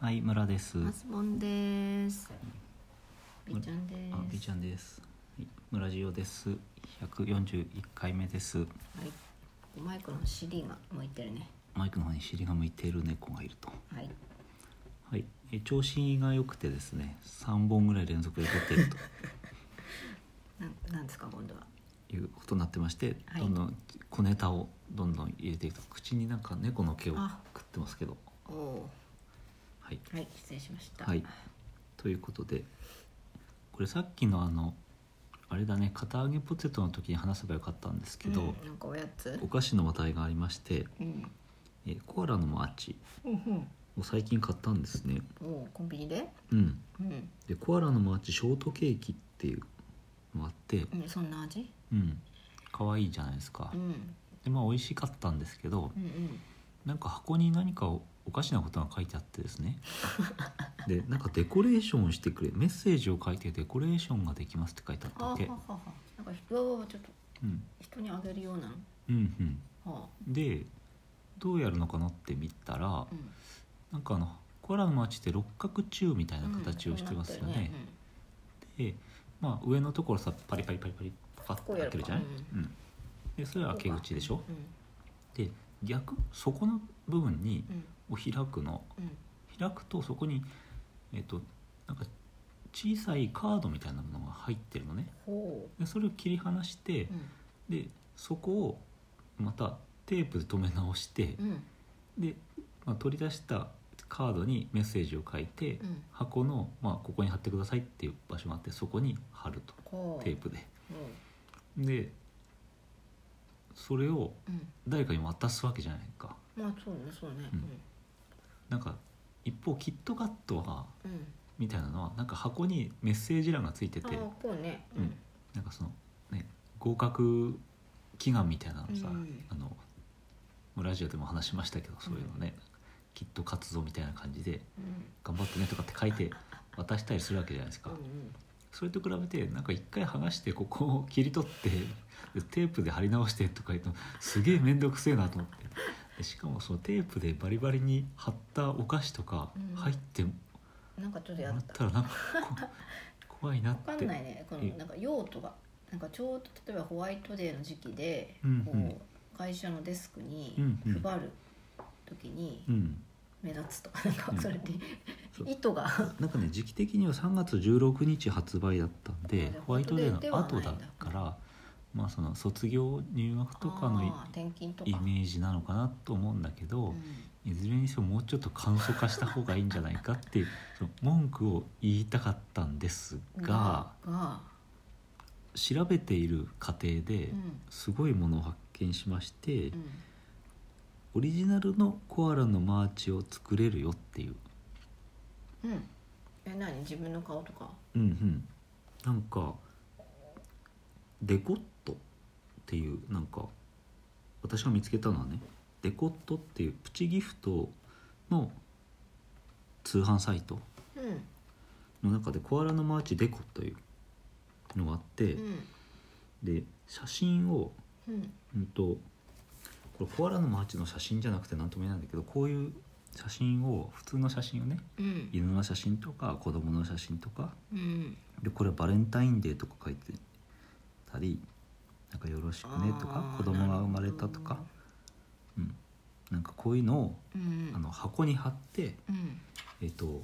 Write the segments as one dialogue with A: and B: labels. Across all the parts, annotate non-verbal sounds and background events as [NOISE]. A: はい村です
B: マスボンです。
A: い
B: びちゃんで
A: あび
B: す。
A: ちゃんです、はい、村ジオです141回目です
B: はい。マイクの尻が向いてるね。
A: マイクの方に尻が向いている猫がいると
B: はい。
A: はいえ調子が良くてですね3本ぐらい連続で撮っている
B: なんなんですか今度は。
A: ということになってまして、
B: はい
A: どんどん小ネタをどんどん入れていくと口になんか猫の毛を
B: あ
A: 食ってますけど
B: おお
A: はい
B: ー。はい失礼しました。
A: はいということでこれさっきのあのあれだね片揚げポテトの時に話せばよかったんですけど、
B: うんなんかおやつ
A: お。菓子の話題がありまして、
B: うん。
A: えーコアラのマーチ
B: うん
A: を最近買ったんですね
B: うん。おおコンビニで。
A: うん
B: うん。
A: でコアラのマーチショートケーキっていうのがあって
B: うんそんな味？
A: うん可愛いじゃないですか、
B: うん。
A: でまあ美味しかったんですけど
B: うんうん。
A: なんか箱に何かおおかしなことが書いてあってです
B: [LAUGHS]
A: ねでなんかデコレーションをしてくれメッセージを書いてデコレーションができますって書いてあった
B: は
A: わ
B: あは
A: け、
B: あはあ。なんか人をちょっと
A: うん、
B: 人にあげるような
A: うんうん
B: の。は
A: でどうやるのかなって見たら
B: あ。うん。
A: なんかあのコアラのマーチって六角柱みたいな形をしてますよね、
B: うん
A: で、まあ、上のところさパリパリパリパリパカッて開けるじゃない、
B: こうやるか
A: うんでそれは開け口でしょ
B: う
A: で逆そこの部分に
B: ん
A: を開くの
B: うんうん。
A: 開くとそこにえっ、となんか小さいカードみたいなものが入ってるのね
B: ほ
A: でそれを切り離して
B: う。うん
A: でそこをまたテープで留め直して
B: うん
A: で、まあ、取り出したカードにメッセージを書いて
B: うん。
A: 箱の、まあ、ここに貼ってくださいっていう場所があってそこに貼ると
B: こう。
A: テープで
B: うん。
A: でそれを
B: うん。
A: 誰かに渡すわけじゃないか
B: まあそうねそうね。
A: うんなんか一方キットカットは
B: うん。うん。
A: みたいなのはなんか箱にメッセージ欄がついて
B: ああ
A: て
B: こうね。
A: うんなんかそのね合格祈願みたいなのさ、
B: うん
A: あのもうラジオでも話しましたけどそういうのね、キット活動みたいな感じで
B: うん。
A: 頑張ってねとかって書いて渡したりするわけじゃないですか、
B: う
A: それと比べてなんか一回剥がしてここを [LAUGHS] 切り取ってでテープで貼り直してとか言うとすげえ面倒くせえなと思ってでしかもそのテープでバリバリに貼ったお菓子とか
B: うん
A: 入っても
B: ん。なんかちょっとや
A: ら
B: っ。
A: ったたらなんか
B: [LAUGHS]
A: こ怖いなっ
B: わか
A: て
B: んないね。このなんか用途がなんかちょうど例えばホワイトデーの時期で、
A: うん
B: こ
A: うん
B: う会社のデスクに
A: うんうん
B: 配る時に
A: うん
B: 目立つとかなんか
A: うん
B: それで [LAUGHS]
A: そう
B: 糸が
A: なんかね時期的には3月16日発売だったんで
B: あ
A: ホワイトデーの後
B: ホワイトデーではない
A: だ
B: んだ
A: からまあその卒業入学とかのイ
B: あー転勤と
A: イ
B: か。
A: メージなのかなと思うんだけど、
B: うん
A: いずれにせよもうちょっと簡素化した方がいいんじゃないかっていう
B: [LAUGHS]
A: その文句を言いたかったんですが、
B: が、
A: 調べている過程で
B: うん
A: すごいものを発見しまして、
B: うん、
A: オリジナルのコアラのマーチを作れるよっていう、
B: うん、え何自分の顔とか、
A: うんうん、なんかデコットっていうなんか私が見つけたのはねデコットっていうプチギフトの通販サイト
B: うんうん、
A: の中でコアラのマーチデコというのがあって、で写真を、
B: うん、
A: うん、とこれコアラのマーチの写真じゃなくて何とも言えないんだけどこういう写真を普通の写真をね
B: うん、
A: 犬の写真とか子供の写真とか
B: うん、
A: でこれバレンタインデーとか書いてたり「なんかよろしくね」とか
B: あ
A: 「
B: ー
A: 子供が生まれた」と
B: なる
A: か
B: ほ、
A: うん、なんかこういうのを
B: どうん、
A: あの箱に貼って、
B: うん、
A: えっと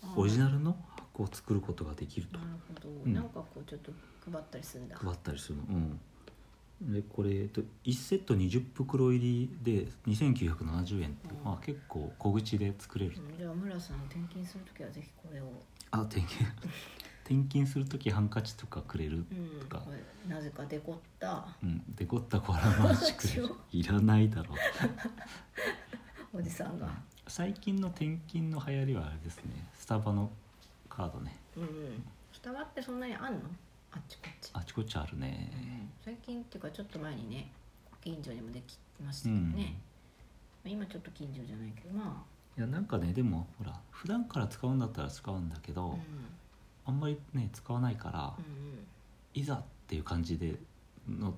B: あー
A: オリジナルの箱を作ることができると
B: な。るほど、
A: ん
B: なんかこうちょっと配ったりするんだ
A: 配ったりするのうんでこれ、えっと、1セット20袋入りで2970円っていう、
B: うん
A: まあ、結構小口で作れる、
B: うんじゃあ村さん転勤する時はぜひこれを、
A: あ転勤 [LAUGHS] 転勤する時ハンカチとかくれる
B: う、ん、
A: とか
B: これなぜかデコった
A: うん、デコったコアラマーチくれるいらないだろう [LAUGHS]
B: おじさんが、
A: 最近の転勤の流行りはあれですねスタバのカードね
B: うんうん、スタバってそんなにあんのあっちこっち、
A: あちこちあるね
B: うん最近っていうかちょっと前にね近所にもできましたけどね、今ちょっと近所じゃないけどま
A: いやなんかねでもほら普段から使うんだったら使うんだけ
B: あ、
A: ど、
B: うん
A: あんまりね使わないから、
B: うん
A: いざっていう感じでの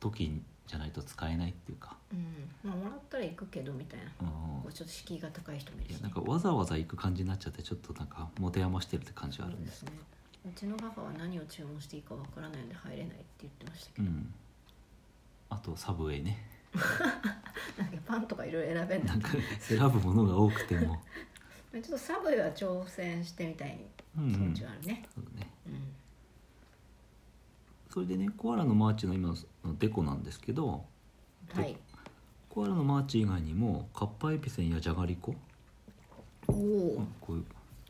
A: 時じゃないと使えないっていうか、
B: うんまあもらったら行くけどみたいな
A: うん、
B: こうちょっと敷居が高い人もいる
A: いや
B: し、
A: なんかわざわざ行く感じになっちゃってちょっとなんか持て余してるって感じはあるんです
B: そうですねうちの母は何を注文していいかわからないので入れないって言ってましたけ
A: う
B: ど、
A: んあとサブウェイね [LAUGHS]
B: なんかパンとかいろいろ選べんだ
A: なんか選ぶものが多くても
B: [LAUGHS] ちょっとサブウェイは挑戦してみたい
A: うん、う
B: 気持
A: ん、
B: ち
A: そう
B: はあるね、
A: だね
B: うん
A: それでねコアラのマーチの今のデコなんですけどで
B: はい
A: コアラのマーチ以外にもカッパエピセンやじゃがりこ、
B: おお、
A: うんこういう、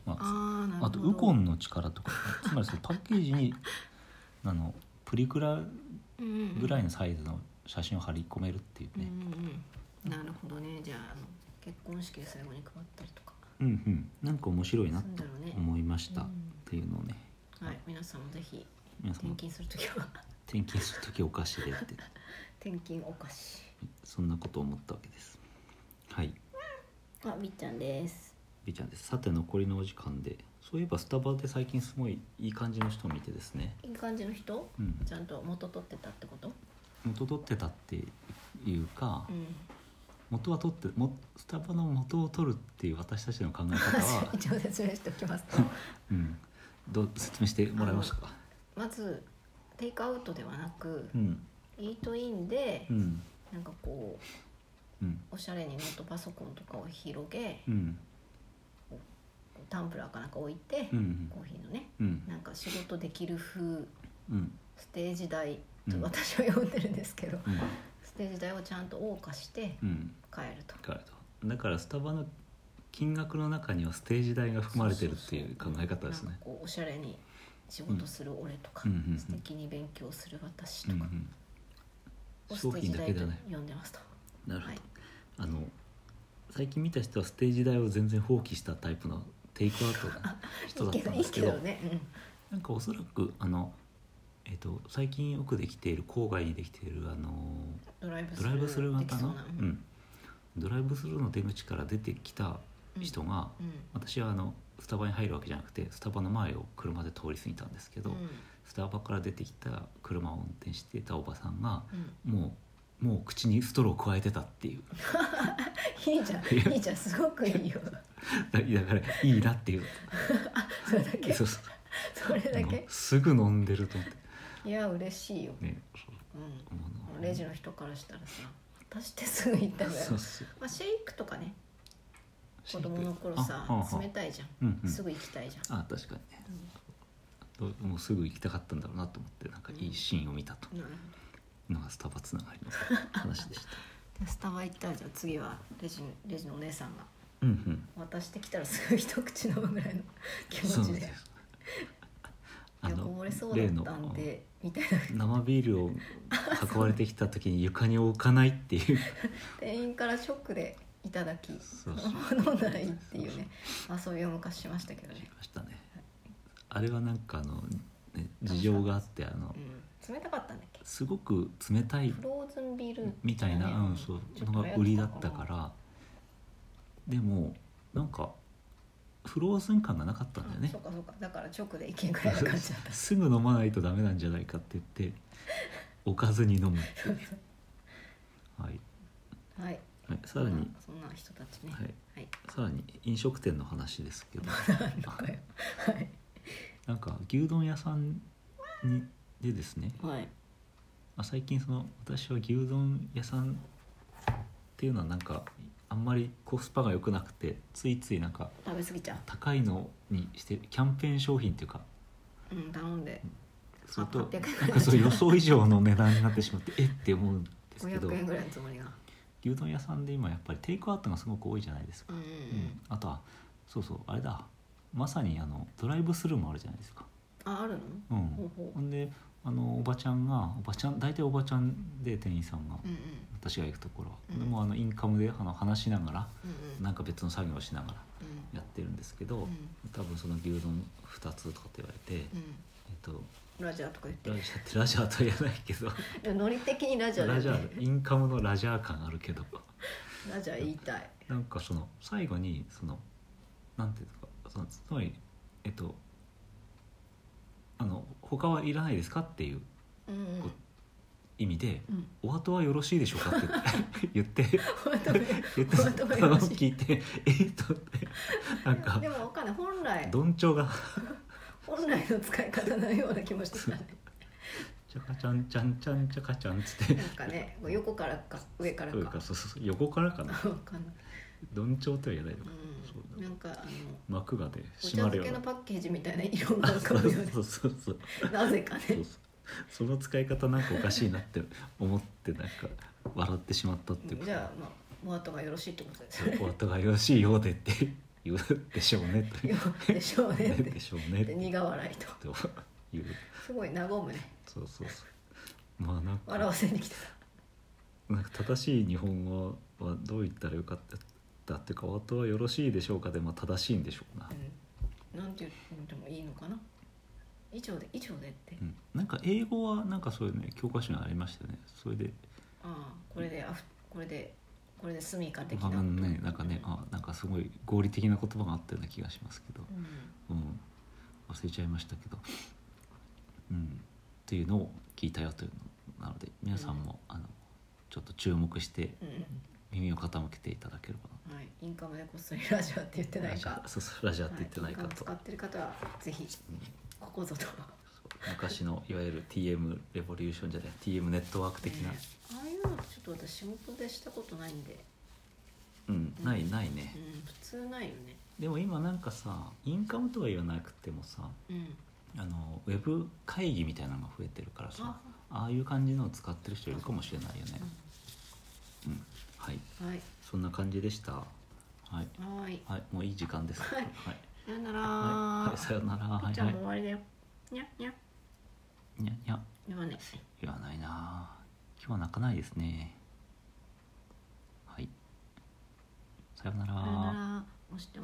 A: まあ、
B: ああなるほど
A: あとウコンの力とかつまりそのパッケージ
B: [LAUGHS]
A: にあのプリクラぐらいのサイズの写真を貼り込めるっていう
B: うんう
A: ね、
B: んうん、なるほどねじゃああの結婚式で最後に配ったりとか
A: うん、うんなんか面白いな
B: するんだ
A: と
B: ろうね、
A: 思いました
B: う
A: っ
B: ん
A: ていうのをね
B: はい、皆さんもぜひ
A: 皆さん
B: 転
A: も
B: 勤するとき
A: [LAUGHS]
B: は
A: 転勤する時お菓子でって
B: 転勤お菓子
A: そんなことを思ったわけですはい
B: あみっちゃんです
A: ビーちゃんですさて残りのお時間でそういえばスタバで最近すごいいい感じの人を見てですね、
B: いい感じの人
A: うん、
B: ちゃんと元取ってたってこと
A: 元取ってたっていうか、
B: うん
A: 元は取ってもスタバの元を取るっていう私たちの考え方は
B: [LAUGHS] 、一応説明しておきます
A: [LAUGHS]
B: と
A: うん、どう説明してもらえましたか
B: まずテイクアウトではなく、
A: うん
B: イートインで、
A: うん
B: なんかこう
A: うん
B: おしゃれにノートパソコンとかを広げ、
A: うん
B: こうタンブラーかなんか置いて、
A: うん
B: コーヒーのね
A: うん
B: なんか仕事できる風
A: うん
B: ステージ台
A: う
B: と
A: ん
B: 私は呼んでるんですけど、
A: うん
B: ステージ台をちゃんと謳歌して
A: うん
B: 帰ると、
A: だからとだからスタバの金額の中にはステージ代が含まれてるっていう考え方です
B: なん
A: ね
B: かこうおしゃれに仕事する俺とか、
A: うんうんうんうん
B: 素敵に勉強する私
A: う
B: と
A: んう
B: か
A: ん
B: をス
A: 商
B: テージ
A: 品だけ
B: 台と
A: じゃない
B: 呼んでますと。
A: なるほど、
B: はい
A: あの最近見た人はステージ代を全然放棄したタイプのテイクアウトの人だ
B: い
A: ったんで
B: いけどいい
A: すけ
B: け
A: ど
B: どね、うん、
A: なんかおそらくあの、えっと最近よくできている郊外にできているあの
B: ドライブス
A: ド
B: ル
A: ライ
B: ー
A: ブスルー
B: でき
A: 型
B: そう
A: の
B: な、
A: うんドライブスルーの出口から出てきた人が、
B: うん
A: 私はあのスタバに入るわけじゃなくてスタバの前を車で通り過ぎたんですけど、
B: うん
A: スタバから出てきた車を運転していたおばさんが
B: うん
A: もうもう口にストローを加えてたっていう [LAUGHS]
B: いいじゃんいいじゃんすごくいいよ
A: だだからいいなっていう
B: それだけ
A: そうそう
B: それだ
A: も
B: け
A: うすぐ飲んでると思っ
B: いや嬉しいよ、
A: てねそう
B: うん、
A: 思う
B: レジの人からしたらさ私ってすぐ行ったのよ
A: そうそう
B: まあ、シェイクとかね子供の頃さ
A: あはあはあ
B: 冷たいじゃ
A: うんうんん
B: すぐ行きたいじゃん
A: あ確かにねどうもうすぐ行きたかったんだろうなと思ってなんかいいシーンを見たと
B: なるほ
A: のがスタバつながりの話でした
B: どでスタバ行ったらじゃあ次はレジレジのお姉さんが
A: うんうん
B: 渡してきたらすぐ一口飲むぐらいの気持
A: そう
B: ち
A: で
B: ですいやこぼれそうだ
A: 例
B: っ
A: の
B: たんでみたいな
A: 生ビールを運ばれてきた時に床に置かないっていう
B: 店員からショックでいただき
A: そうそう
B: 飲んだらいいっていうねまあそういう昔しましたけどね、
A: ましたねあれはなんかあの、ね、事情があってあの
B: うん、冷たかったんだっけ
A: すごく冷たい
B: フローズンビールだね
A: みたいな、うん、そう
B: ちょっと
A: の
B: 流
A: が
B: 行
A: 売りだったからでもなんかフローズン感がなかったんだよ
B: あ
A: ね
B: そうかそうかだから直で意見くらいの感じだった
A: すぐ飲まないとダメなんじゃないかって言っておかずに飲むっていうはい、
B: はい。
A: はい、さらに、
B: まあそんな人たちね。
A: はい、
B: はい。
A: さらに飲食店の話ですけど
B: はい。
A: なんか牛丼屋さんにでですね、
B: はい。
A: まあ、最近その私は牛丼屋さんっていうのはなんかあんまりコスパが良くなくてついついなんか
B: 食べ過ぎちゃ
A: 高いのにしてキャンペーン商品っていうか
B: う。うん、頼んで。
A: すると
B: あ800円ぐらい
A: なんかそう予想以上の値段になってしまってえって思うんです
B: 五
A: けど
B: 百円ぐらいのつもりが。
A: 牛丼屋さんで今やっぱりテイクアウトがすごく多いじゃないですか、
B: うんうんう
A: うん
B: ん。
A: あとはそうそうあれだまさにあのドライブスルーもあるじゃないですか
B: あ、あるの。
A: うん
B: ほうほう
A: ほ。んであのおばちゃんがおばちゃん大体おばちゃんで店員さんが、
B: うんうん。
A: 私が行くところは、
B: うん
A: でもあのインカムであの話しながら
B: うんうん。
A: なんか別の作業をしながら
B: うん。
A: やってるんですけど、
B: うん。
A: 多分その牛丼2つとかって言われて、え
B: うん。
A: っと
B: ラジャーとか言っ
A: ラジャーってラジャーとは言わないけど
B: て。でもノリ的にラジャーだ
A: ラ
B: よ
A: ジ
B: ね。
A: ャーインカムのラジャー感あるけど
B: ラジャー言いたい。
A: なんかその最後にそのなんていうんですかそのつまりえっとあの他はいらないですかっていう
B: うんうん。
A: 意味で
B: うん
A: 「お後はよろしいでしょうか?」って言
B: [LAUGHS]
A: って
B: 本当に
A: 言って
B: お後はよろしい
A: 聞いて「えっ?」となんか
B: でもわかんない本来
A: どんちょうが
B: 本来の使い方のような気もしてきたね
A: 「ちゃかちゃんちゃんちゃんちゃかちゃん」っつって
B: なんかね横からか上から
A: そうか
B: か
A: そうそうそう横からかな
B: わかんない、
A: どんちょうとは言えないのかそうだ
B: うん、なんかあの
A: 幕がで
B: お
A: 閉
B: 茶
A: まるよ
B: 漬
A: う
B: け
A: な
B: のパッケージみたいな色が
A: あ
B: 浮
A: そ
B: か
A: うそ
B: ぶ
A: う
B: よね
A: そうそうそう
B: なぜかね
A: そうそうその使い方なんかおかしいなって思ってなんか笑ってしまったっていうか
B: じゃあまあモアトがよろしいってことです
A: そう
B: ね
A: お後がよろしいようでって言うでしょうねという
B: よでしょうねって
A: [LAUGHS] でしょうね
B: で苦笑いと
A: という
B: すごい和むね
A: そうそうそうまあなん
B: 笑わ
A: か
B: せに来た
A: なんか正しい日本語はどう言ったらよかったっていうか「お後はよろしいでしょうか」でまあ正しいんでしょうな、
B: うん、なんて言ってもいいのかな以上で以上でって、
A: うん、なんか英語はなんかそういうね教科書にありましたねそれで
B: ああこれであふこれでこれでスミカ的
A: あ
B: なこと
A: んねなんかね
B: うん
A: あなんかすごい合理的な言葉があったような気がしますけど、
B: うん
A: うん、忘れちゃいましたけど、うん、っていうのを聞いたよというのなので皆さんも、あのちょっと注目して
B: うん
A: 耳を傾けていただければな
B: はい、インカムでこっそりラジオって言ってない
A: ラ
B: か
A: ジャーそうそうラジャーって言ってないか
B: はいインカム
A: と、
B: 使ってる方はぜひ
A: うん
B: ここぞと
A: そう昔のいわゆる TM レボリューションじゃない TM ネットワーク的な、
B: ねああいうのってちょっと私仕事でしたことないんで、
A: うん
B: うん
A: ないない
B: うん
A: ね、、
B: 普通ないよね
A: でも今なんかさインカムとは言わなくてもさ
B: うん
A: あのウェブ会議みたいなのが増えてるからさ
B: あ、
A: ああいう感じのを使ってる人いるかもしれないよね、うん、はい
B: うんはい
A: そんな感じでした。はい。
B: はーい
A: はい、もういい時間です。
B: はい
A: はい。
B: さよなら
A: はい、はい、さよなら。
B: ぽ
A: は
B: っ
A: い、
B: ちゃん
A: は
B: も終わりだよにゃにゃ
A: い。にゃ、にゃ、
B: 言わね
A: 言わないな。今日は泣かないですね。はい。さよな
B: さよ
A: ら
B: なら押して